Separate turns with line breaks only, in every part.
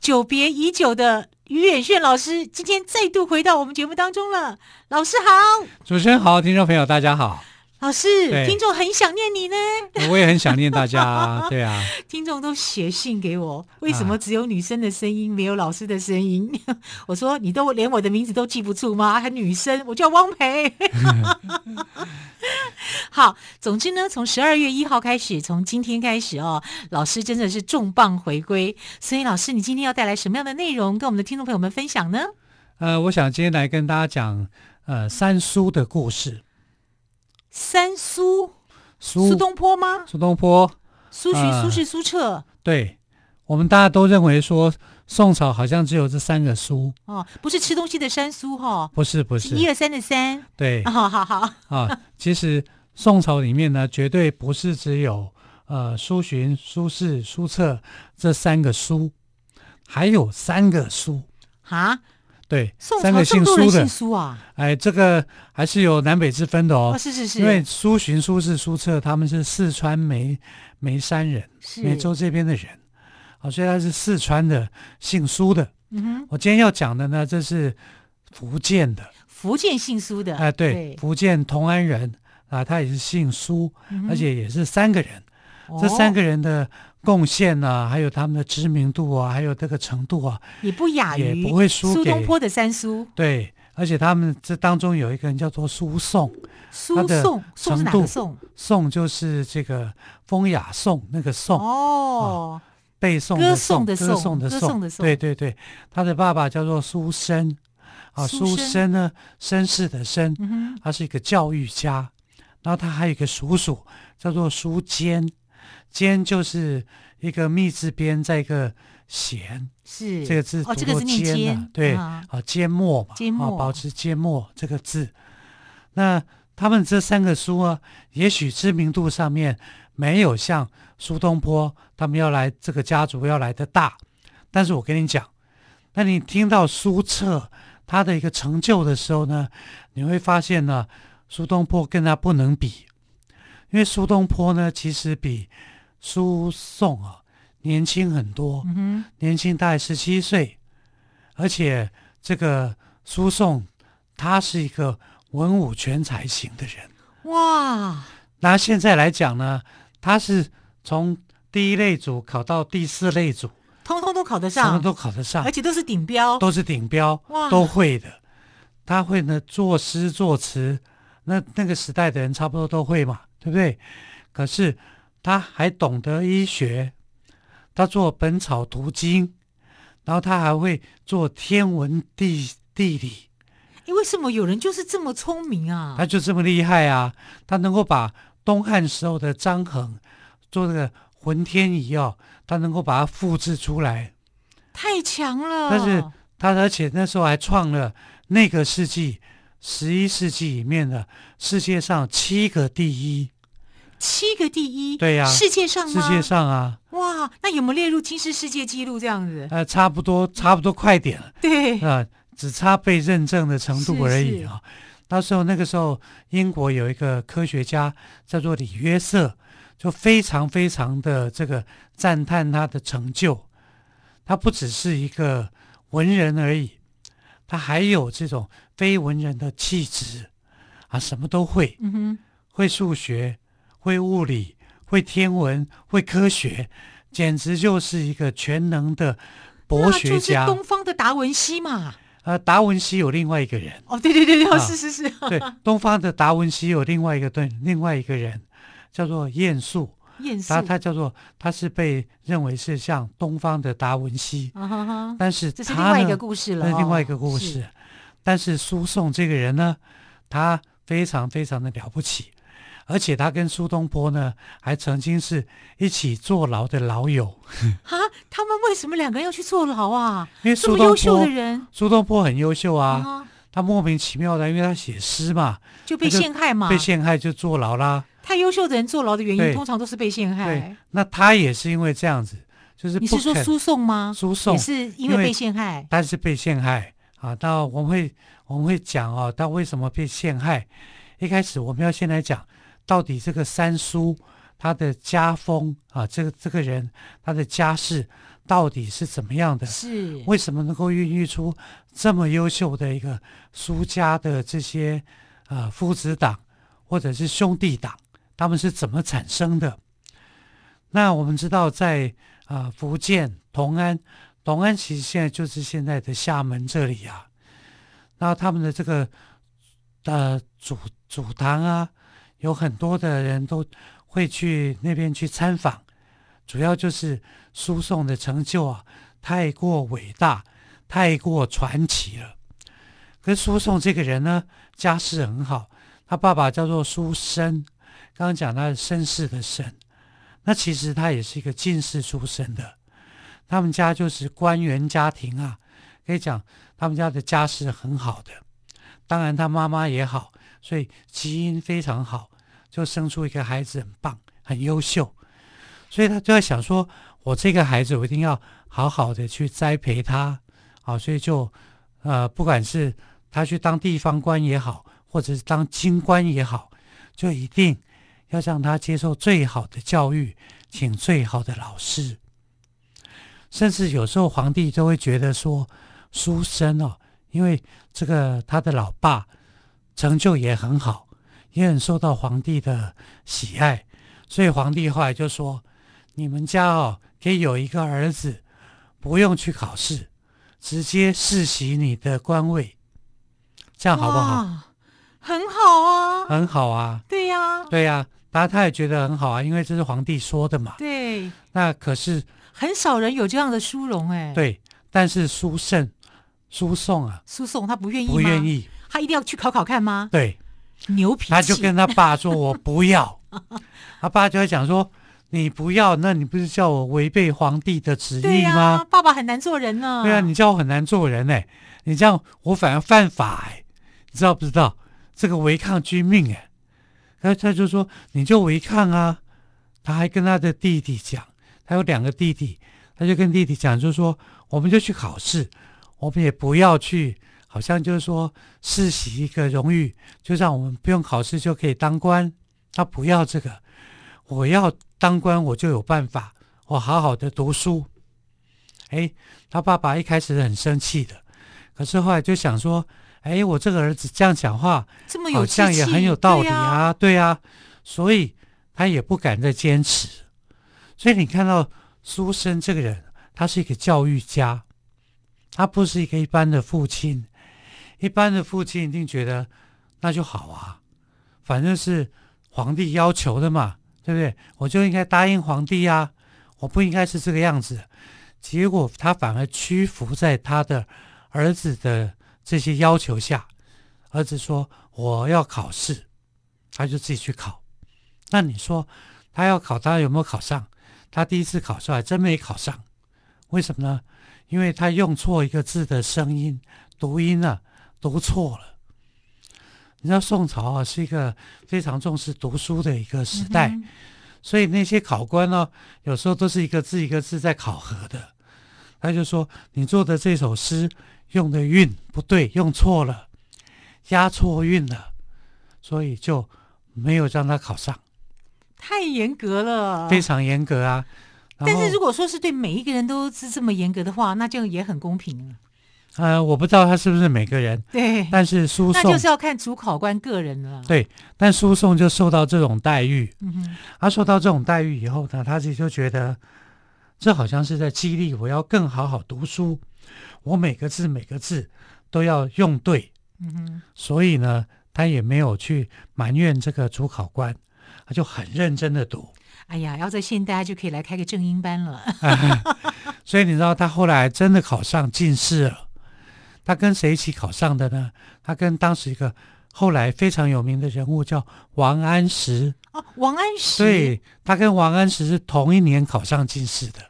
久别已久的于远炫老师，今天再度回到我们节目当中了。老师好，
主持人好，听众朋友大 家好，
老师，
对
听众很想念你呢，
我也很想念大家 啊，对啊，
听众都写信给我，为什
啊
么只有女生的声音，没有老师的声音？ 我说你都连我的名字都记不住吗？还女生，我叫汪培。 好，总之呢，从十二月一号开始，从今天开始哦，老师真的是重磅回归。所以，老师，你今天要带来什么样的内容跟我们的听众朋友们分享呢？
呃，我想今天来跟大家讲呃三苏的故事，
三苏
苏
苏东坡吗？
苏东坡，
苏洵、
啊
苏轼、苏辙
对我们大家都认为说宋朝好像只有这三个苏，
哦，不是吃东西的山苏哈、
不是不
是一
是，
二三的三。
对
啊好好好，
啊，其实宋朝里面呢，绝对不是只有呃苏洵、苏轼、苏辙这三个苏，还有三个苏，
啊，
对，
宋
三
朝
个
这么
姓
多
苏
人
的
姓，苏啊？
哎，这个还是有南北之分的哦
哦，。是是是，
因为苏洵、苏轼、苏辙他们是四川眉眉山人，
是
梅州这边的人，好，所以他是四川的，姓苏的。
嗯哼，
我今天要讲的呢，这是福建的，
福建姓苏的，
哎、对，福建同安人啊，他也是姓苏，
嗯哼
而且也是三个人。这三
哦
个人的贡献呢、还有他们的知名度啊，还有这个程度啊，
哦也不亚
也
于
不会输
苏
给
东坡的三苏，
对。而且他们这当中有一个人叫做苏颂，
苏
他的
宋，宋是哪
程
个
度
宋？
颂就是这个风雅颂那个颂。啊
哦，
背诵
歌
的
颂的
歌
颂
颂的
歌颂的颂
对对对，他的爸爸叫做苏生，啊，
苏
苏
生
生呢，绅士的绅，
嗯哼，
他是一个教育家，然后他还有一个叔叔叫做苏坚，坚就是一个密字边在一个贤，
是
这个字
哦，
读
这个
作
是念
坚啊
坚，
对
啊
啊，缄默嘛，
缄默
啊，保持缄默这个字。那他们这三个书啊，也许知名度上面没有像苏东坡他们要来这个家族要来的大，但是我跟你讲，那你听到苏辙他的一个成就的时候呢，你会发现呢，苏东坡跟他不能比，因为苏东坡呢其实比苏颂啊年轻很多，
嗯哼，
年轻大概十七岁，而且这个苏颂他是一个文武全才型的人。
哇，
那现在来讲呢，他是从第一类组考到第四类组，
通通都考得
什么
上，
都考得上
而，且都是顶标，
都是顶标
哇，
都会的。他会呢作诗作词，那那个时代的人差不多都会嘛，对不对？可是他还懂得医学，他做《本草图经》，然后他还会做天文地地理，
诶为什么有人就是这么聪明啊？
他就这么厉害啊！他能够把东汉时候的张衡做这个浑天仪哦，他能够把它复制出来。
太强了，
但是他而且那时候还创了那个世纪十一世纪里面的世界上七个第一，
七个第一，
对呀
世界上
世
吗？
界上啊，
哇，那有没有列入金氏世界纪录这样子？
呃，差不多差不多快点了
对，
啊、只差被认证的程
是
度而
是
已啊。那时候那个时候，英国有一个科学家叫做李约瑟，就非常非常的这个赞叹他的成就。他不只是一个文人而已，他还有这种非文人的气质啊，什么都会。
嗯哼，
会数学，会物理，会天文，会科学，简直就是一个全能的博
那
学
啊就是
家。
东方的达文西嘛。
呃，达文西有另外一个人，
哦，对对对对，
啊
是是是，
对，东方的达文西有另外一个对另外一个人叫做晏殊，
厌世。
他他叫做他是被认为是像东方的达文西，
啊哈哈，
但是
这是
他
另外一
呢
个故事了
那
哦、
是另外一个故
是
事。但是苏颂这个人呢，他非常非常的了不起，而且他跟苏东坡呢，还曾经是一起坐牢的老友，
啊，他们为什么两个要去坐牢啊？
因为
这
苏
么
东
优秀
坡
的，人
苏东坡很优秀啊，
啊，
他莫名其妙的，因为他写诗嘛，
就被
他就
陷害嘛。
被陷害就坐牢啦。
太优秀的人坐牢的原因，
对
通常都是被陷
对
害。，
那他也是因为这样子，就是
你
不
是说
肯
输送吗？
输
也
送，
是因
因
为
为
被陷害。
但是被陷害啊。那我们会我们会讲哦，他为什么被陷害？一开始我们要先来讲，到底这个三叔他的家风啊，这个这个人他的家世到底是怎么样的？
是，
为什么能够孕育出这么优秀的一个苏家的这些呃父子党或者是兄弟党，他们是怎么产生的？那我们知道在，啊福建同安，同安其实现在就是现在的厦门这里啊，那他们的这个呃祖祖堂啊，有很多的人都会去那边去参访，主要就是输送的成就啊，太过伟大，太过传奇了。可是苏颂这个人呢，家世很好，他爸爸叫做苏生，刚刚讲他是绅士的绅，那其实他也是一个进士出身的，他们家就是官员家庭啊，可以讲他们家的家世很好的，当然他妈妈也好，所以基因非常好，就生出一个孩子很棒，很优秀，所以他就在想说，我这个孩子我一定要好好的去栽培他，好、所以就呃，不管是他去当地方官也好，或者是当京官也好，就一定要让他接受最好的教育，请最好的老师。甚至有时候皇帝都会觉得说，书生哦，因为这个他的老爸成就也很好，也很受到皇帝的喜爱，所以皇帝后来就说，你们家哦可以有一个儿子，不用去考试，直接世袭你的官位，这样好不好？
哇？很好啊，
很好啊，
对呀，
对呀、当然他也觉得很好啊，因为这是皇帝说的嘛。
对，
那可是
很少人有这样的殊荣哎。，
对，但是苏轼、苏颂啊，
输送他不愿意吗？
不愿，意，
他一定要去考考看吗？
对，
牛脾气，
他就跟他 爸说：“我不要。”他爸就会讲说：“你不要，那你不是叫我违背皇帝的旨
对
意
呀、
吗？
爸爸很难做人呢。
对啊，你叫我很难做人哎、你这样我反而犯法哎、你知道不知道？这个违抗军命哎、他他就说你就违抗啊，他还跟他的弟弟讲，他有两个弟弟，他就跟弟弟讲，就说我们就去考试，我们也不要去，好像就是说世袭一个荣誉，就让我们不用考试就可以当官，他不要这个，我要当官我就有办法，我好好的读书，哎。他爸爸一开始很生气的，可是后来就想说，哎，我这个儿子这样讲话，
这么有
好
气气，
像也很有道理
对啊。
啊，对啊，所以他也不敢再坚持。所以你看到苏生这个人，他是一个教育家，他不是一个一般的父亲。一般的父亲一定觉得那就好啊，反正是皇帝要求的嘛，对不对？我就应该答应皇帝啊，我不应该是这个样子。结果他反而屈服在他的儿子的这些要求下，儿子说我要考试，他就自己去考。那你说他要考，他有没有考上？他第一次考试还真没考上，为什么呢？因为他用错一个字的声音读音啊，读错了。你知道宋朝啊是一个非常重视读书的一个时代，
嗯哼
所以那些考官呢，有时候都是一个字一个字在考核的。他就说：“你做的这首诗用的韵不对，用错了，押错韵了，所以就没有让他考上，
太严格了。
非常严格啊。”然
但
后
是如果说是对每一个人都是这么严格的话，那这样也很公 平了。
呃，我不知道他是不是每个人，
对，
但是输
哎那
送
就是要看主考官个人了。
对但输送就受到这种待遇。
嗯哼，
他受到这种待遇以后呢，他自己就觉得这好像是在激励我要更好好读书，我每个字每个字都要用对，
嗯哼，
所以呢，他也没有去埋怨这个主考官，他就很认真的读。
哎呀，要在现代就可以来开个正音班了。
所以你知道他后来真的考上进士了。他跟谁一起考上的呢？他跟当时一个后来非常有名的人物叫王安石，
哦，王安石，，
对他跟王安石是同一年考上进士的，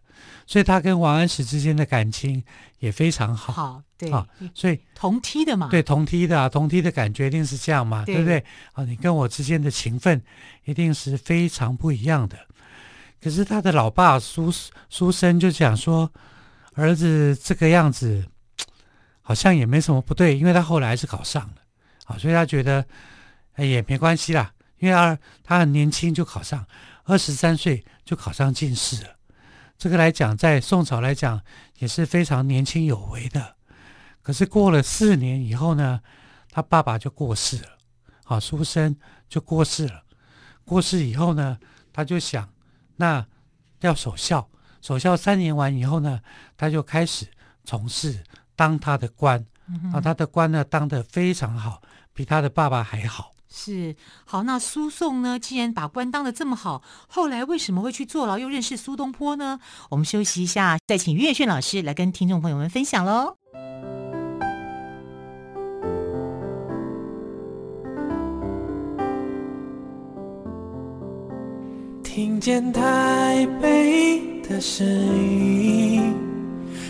所以他跟王安石之间的感情也非常好。
好，对，
好所以
同梯的嘛，
对同梯的、啊、同梯的感觉一定是这样嘛，
对
对不对？啊，你跟我之间的情分一定是非常不一样的。可是他的老爸苏苏生就讲说，儿子这个样子好像也没什么不对，因为他后来还是考上了，啊，所以他觉得哎也没关系啦，因为他他很年轻就考上，二十三岁就考上进士了。这个来讲，在宋朝来讲也是非常年轻有为的。可是过了四年以后呢，他爸爸就过世了，啊，书生就过世了。过世以后呢，他就想，那要守孝，守孝三年完以后呢，他就开始从事当他的官，
嗯哼
啊，他的官呢当得非常好，比他的爸爸还好。
是好。那苏颂呢，既然把官当的这么好，后来为什么会去坐牢，又认识苏东坡呢？我们休息一下，再请岳炫老师来跟听众朋友们分享喽。
听见台北的声音，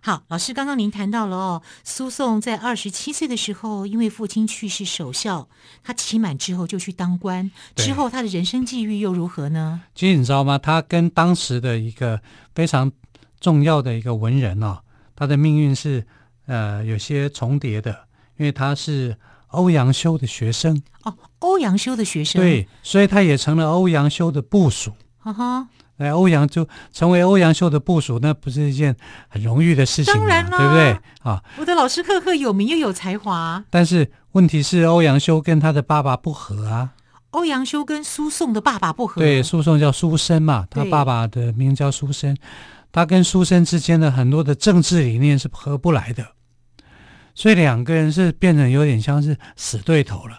好，老师，刚刚您谈到了哦，苏颂在二十七岁的时候，因为父亲去世守孝，他期满之后就去当官，
对
之后他的人生际遇又如何呢？
其实你知道吗？他跟当时的一个非常重要的一个文人哦，他的命运是呃有些重叠的，因为他是欧阳修的学生，
哦，欧阳修的学生，，
对，所以他也成了欧阳修的部属。
哈哈，
哎，欧阳就成为欧阳修的部属，那不是一件很荣誉的事情
当
嘛，
然啦
对不对啊？
我的老师赫赫有名又有才华，
但是问题是，欧阳修跟他的爸爸不和啊。
欧阳修跟苏颂的爸爸不合，
对，苏颂叫书生嘛，他
对
爸爸的名叫书生，他跟书生之间的很多的政治理念是合不来的，所以两个人是变成有点像是死对头了。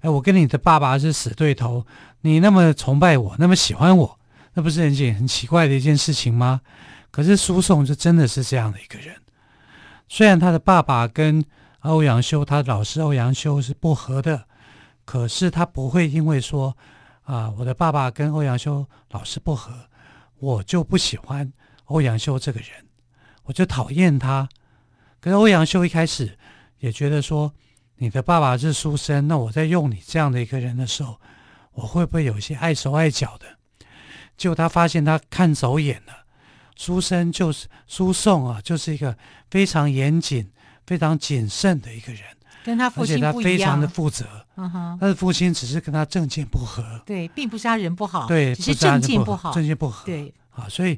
哎，我跟你的爸爸是死对头，你那么崇拜我，那么喜欢我，那不是很简很奇怪的一件事情吗？可是苏颂就真的是这样的一个人，虽然他的爸爸跟欧阳修，他老师欧阳修是不和的，可是他不会因为说啊，我的爸爸跟欧阳修老师不和，我就不喜欢欧阳修这个人，我就讨厌他。可是欧阳修一开始也觉得说，你的爸爸是书生，那我在用你这样的一个人的时候，我会不会有一些碍手碍脚的？结果他发现他看走眼了，书生就是书颂啊，就是一个非常严谨、非常谨慎的一个人，
跟他父
而且
亲
他
不
非
一
常的
样，
负责。
嗯哼，
他的父亲只是跟他政见不合，
对，并不是他人不好，
对，
哦只是
不他
政见
不
好，
政见不合，
对，
啊，所以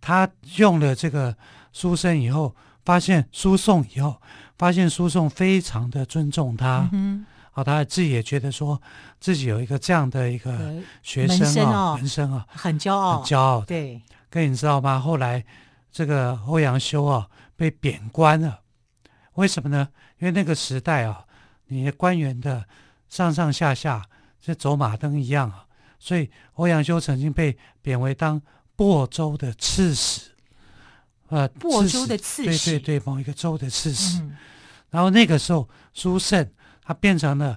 他用了这个书生以后，发现书颂以后，发现书颂非常的尊重他，
嗯
啊，他自己也觉得说自己有一个这样的一个
哼，
学
门
生
生
啊
哦，
门生啊，
很骄傲，
很骄傲的。
对，
可你知道吗？后来这个欧阳修啊被贬官了，为什么呢？因为那个时代啊，你的官员的上上下下是走马灯一样啊，所以欧阳修曾经被贬为当亳州的刺史，呃，
亳
刺
州
史
的刺
对
史
对对，某一个州的刺史。
嗯，
然后那个时候，苏轼他变成了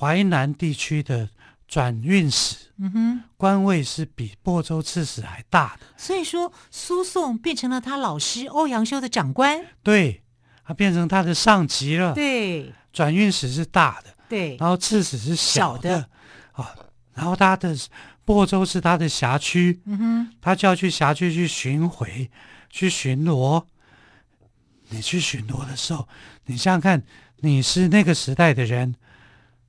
淮南地区的转运使，
嗯哼。
官位是比亳州刺史还大的。
所以说，苏颂变成了他老师欧阳修的长官。
对，他变成他的上级了。
对
转运使是大的，
对，
然后刺史是小的
小的
啊。然后他的亳州是他的辖区，
嗯哼，
他就要去辖区去巡回、去巡逻。你去巡逻的时候，你想想看，你是那个时代的人，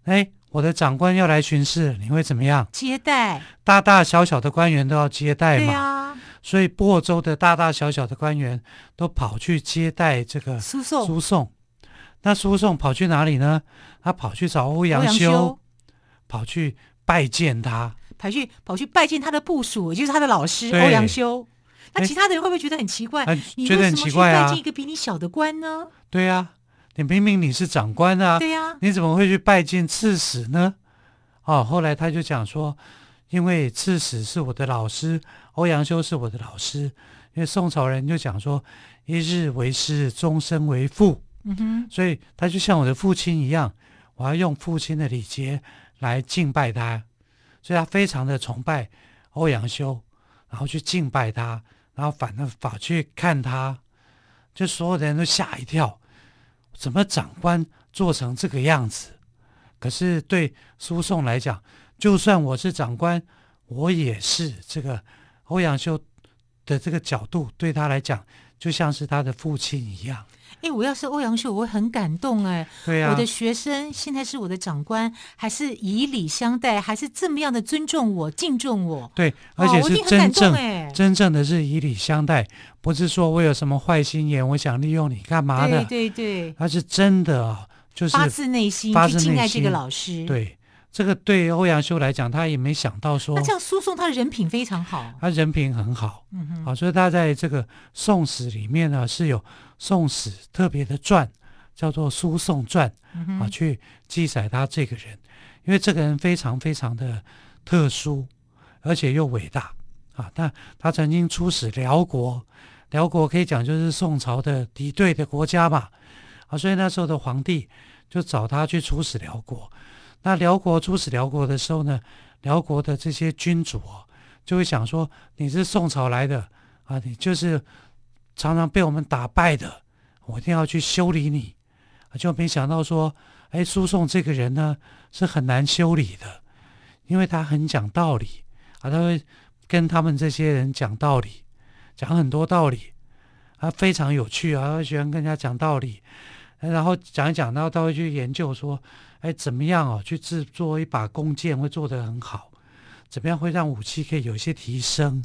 哎，我的长官要来巡视，你会怎么样？
接待，
大大小小的官员都要接待
对
嘛。
呀、啊，
所以播州的大大小小的官员都跑去接待这个
输送
输送。那输送跑去哪里呢？他跑去找欧阳
欧阳
修
修，
跑去拜见他。
跑去跑去拜见他的部属，也就是他的老师
对
欧阳修。那
哎
其他的人会不会觉得很奇怪？
啊
哎你
觉得
为
很
什么
奇
去
怪啊
拜见一个比你小的官呢？
对啊，你明明你是长官啊，
对呀、
你怎么会去拜见刺史呢？哦，后来他就讲说，因为刺史是我的老师，欧阳修是我的老师。因为宋朝人就讲说，一日为师，终身为父，
嗯哼，
所以他就像我的父亲一样，我要用父亲的礼节来敬拜他，所以他非常的崇拜欧阳修，然后去敬拜他，然后反正跑去看他，就所有的人都吓一跳，怎么长官做成这个样子？可是对苏颂来讲，就算我是长官，我也是这个欧阳修的这个角度，对他来讲，就像是他的父亲一样。
哎、我要是欧阳修，我会很感动哎、
对啊，
我的学生现在是我的长官，还是以礼相待，还是这么样的尊重我、敬重我，
对，而且
哦、我一
是
定很感
真
动
正、
哎、
真正的是以礼相待，不是说我有什么坏心眼，我想利用你干嘛的，
对对对，
而是真的啊，就是
发自内心
发
去
自
敬
内
爱这个
心
老师。，
对这个对欧阳修来讲，他也没想到说
那这样输送他的人品非常好。
他人品很好，
嗯哼，
啊，所以他在这个《宋史》里面呢是有《宋史》特别的传，叫做《苏宋传》
嗯哼
啊，去记载他这个人，因为这个人非常非常的特殊，而且又伟大啊。那他曾经出使辽国，辽国可以讲就是宋朝的敌对的国家嘛，啊，所以那时候的皇帝就找他去出使辽国。那辽国出使辽国的时候呢，辽国的这些君主哦，就会想说你是宋朝来的啊，你就是常常被我们打败的，我一定要去修理你。啊就没想到说，哎，苏颂这个人呢是很难修理的，因为他很讲道理啊，他会跟他们这些人讲道理，讲很多道理，啊，非常有趣啊，他喜欢跟人家讲道理，啊然后讲一讲，然后他会去研究说，哎，怎么样哦，去制作一把弓箭会做得很好，怎么样会让武器可以有一些提升，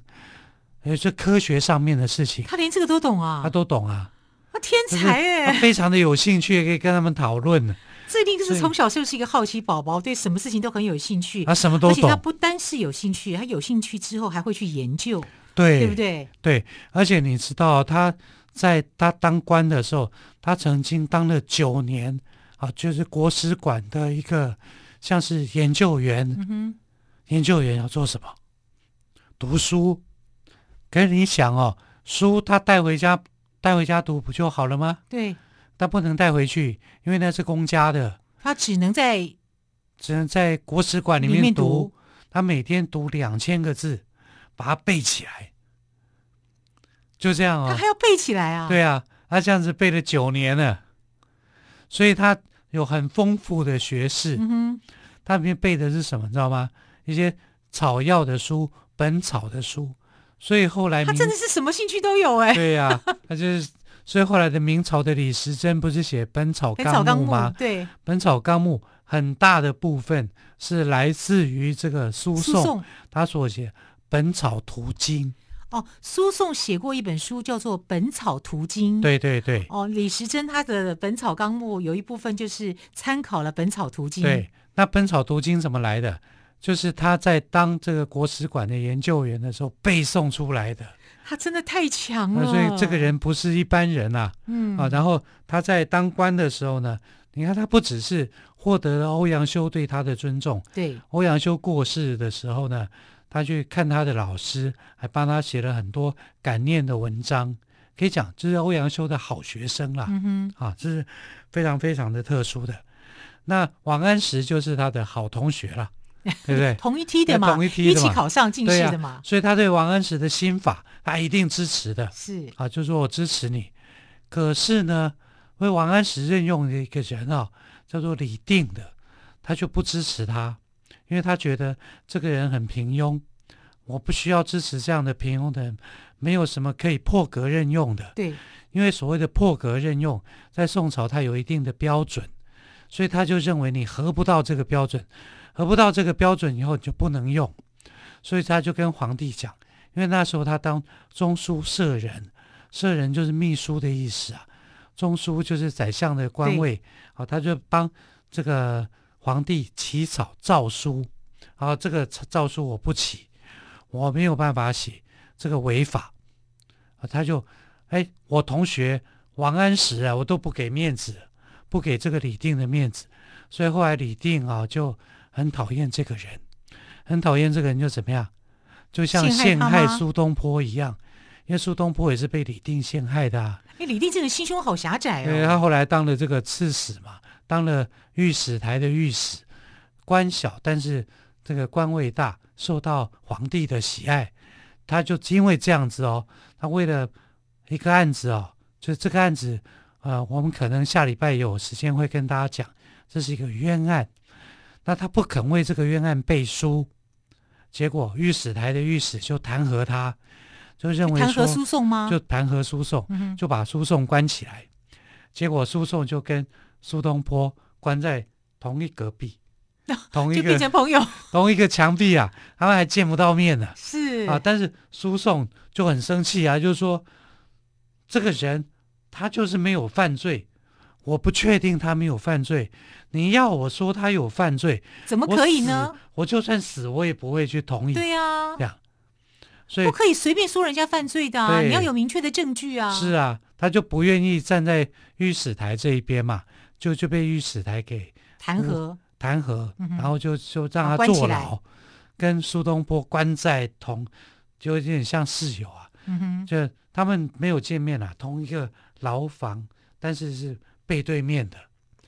哎，这科学上面的事情
他连这个都懂啊，
他都懂啊，
他天
就是
才哎、
他非常的有兴趣，可以跟他们讨 论。啊
这一定就是
所以
从小就是一个好奇宝宝，对什么事情都很有兴趣，
他啊什么都
而且他
懂，
不单是有兴趣，他有兴趣之后还会去研究，
对
对不对？
对而且你知道他在他当官的时候，他曾经当了九年啊，就是国史馆的一个像是研究员。
嗯哼，
研究员要做什么？读书。可是你想哦，书他带回家带回家读不就好了吗？
对
他不能带回去，因为那是公家的，
他只能在里
只能在国史馆里面
面
读。他每天读两千个字，把它背起来，就这样哦。
他还要背起来啊。
对啊，他这样子背了九年了，所以他有很丰富的学识。
嗯哼，
他里面背的是什么，你知道吗？一些草药的书、本草的书。所以后来
他
明
真的是什么兴趣都有哎、
对呀、他就是所以后来的明朝的李时珍不是写《本草
本草纲
纲目》吗？
对，
《本草纲目》很大的部分是来自于这个苏
苏
颂，
颂
他所写《本草图经》。
哦，苏颂写过一本书叫做《本草图经》。
对对对，
哦，李时珍他的《本草纲目》有一部分就是参考了《本草图经》。
对，那《本草图经》怎么来的？就是他在当这个国史馆的研究员的时候背诵出来的，
他真的太强
那
了。
啊所以这个，人不是一般人啊
嗯
啊！然后他在当官的时候呢，你看他不只是获得了欧阳修对他的尊重，
对，
欧阳修过世的时候呢，他去看他的老师，还帮他写了很多感念的文章，可以讲这是欧阳修的好学生啦。
嗯哼，
啊，这是非常非常的特殊的。那王安石就是他的好同学了，对不对？
同一梯的嘛，
呃同一梯的嘛
起考上进
对
士
呀、
的嘛，
所以他对王安石的心法，他一定支持的
是
啊，就说我支持你。可是呢，为王安石任用的一个人啊，叫做李定的，他就不支持他，因为他觉得这个人很平庸，我不需要支持这样的平庸的人，没有什么可以破格任用的。
对，
因为所谓的破格任用，在宋朝它有一定的标准，所以他就认为你合不到这个标准，合不到这个标准以后你就不能用，所以他就跟皇帝讲，因为那时候他当中书舍人，舍人就是秘书的意思啊，中书就是宰相的官位，好、他就帮这个皇帝起草诏书，好，这个诏书我不起，我没有办法写，这个违法，啊，他就，哎，我同学王安石啊，我都不给面子，不给这个李定的面子，所以后来李定啊就很讨厌这个人，很讨厌这个人就怎么样，就像
陷
陷
害他吗
害苏东坡一样，因为苏东坡也是被李定陷害的、啊，
哎，李定这个心胸好狭窄
因为
哦。
他后来当了这个刺史嘛，当了御史台的御史，官小，但是这个官位大，受到皇帝的喜爱。他就因为这样子哦，他为了一个案子哦，就是这个案子，呃，我们可能下礼拜有时间会跟大家讲，这是一个冤案。那他不肯为这个冤案背书，结果御史台的御史就弹劾他，就认为
弹
说
劾诉讼吗？
就弹劾输送。
嗯哼
就把苏颂关起来，结果苏颂就跟苏东坡关在同一隔壁，同
哦
一
就变
个
成朋 友，
同一个墙壁啊，他们还见不到面呢
是
啊但是苏颂就很生气啊，就是说这个人他就是没有犯罪，我不确定他没有犯罪，你要我说他有犯罪，
怎么
我
可以
死
呢？？
我就算死，我也不会去同意。
对呀
这，样，所以
不可以随便说人家犯罪的啊，
对
你要有明确的证据啊。
是啊，他就不愿意站在御史台这一边嘛，就就被御史台给
弹
嗯
劾，
弹劾，
嗯哼
然后就就
啊
让他
关起
坐
来
牢，跟苏东坡关在同，就有点像室友啊，
嗯哼，
就他们没有见面啊，同一个牢房，但是是背对面的，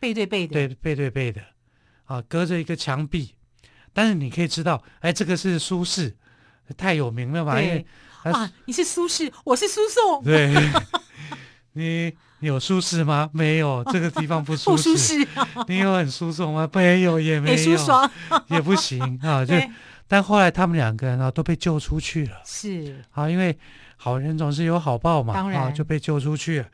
背对背的，
对，背对背的，啊，隔着一个墙壁，但是你可以知道，哎，这个是苏轼，太有名了嘛，因为
对
他
啊，你是苏轼，我是苏颂，
对，你你有舒适吗？没有，这个地方不舒
不舒
适。
适啊，
你有很舒爽吗？没有，也 没
也
有，
舒爽，哎
也 不行啊。就
对，
但后来他们两个人啊都被救出去了
是
啊，因为好人总是有好报嘛，
当
啊
然
就被救出去了。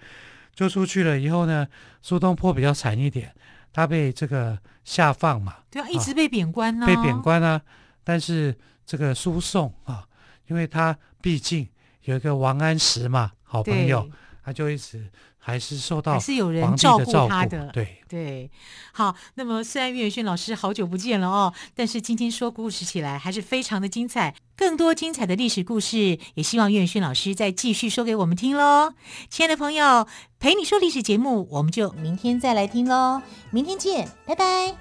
救出去了以后呢，苏东坡比较惨一点，他被这个下放嘛，
对啊，一直被贬官呢，
被贬，官啊。但是这个苏颂啊，因为他毕竟有一个王安石嘛，好朋
对，
友，他就一直还是受到
还是有人
皇帝
照
的
顾
照
他
顾
的，。
对，
对，好，那么虽然岳远轩老师好久不见了哦，但是今天说故事起来还是非常的精彩，更多精彩的历史故事，也希望岳远轩老师再继续说给我们听喽。亲爱的朋友，陪你说历史节目，我们就明天再来听喽，明天见，拜拜。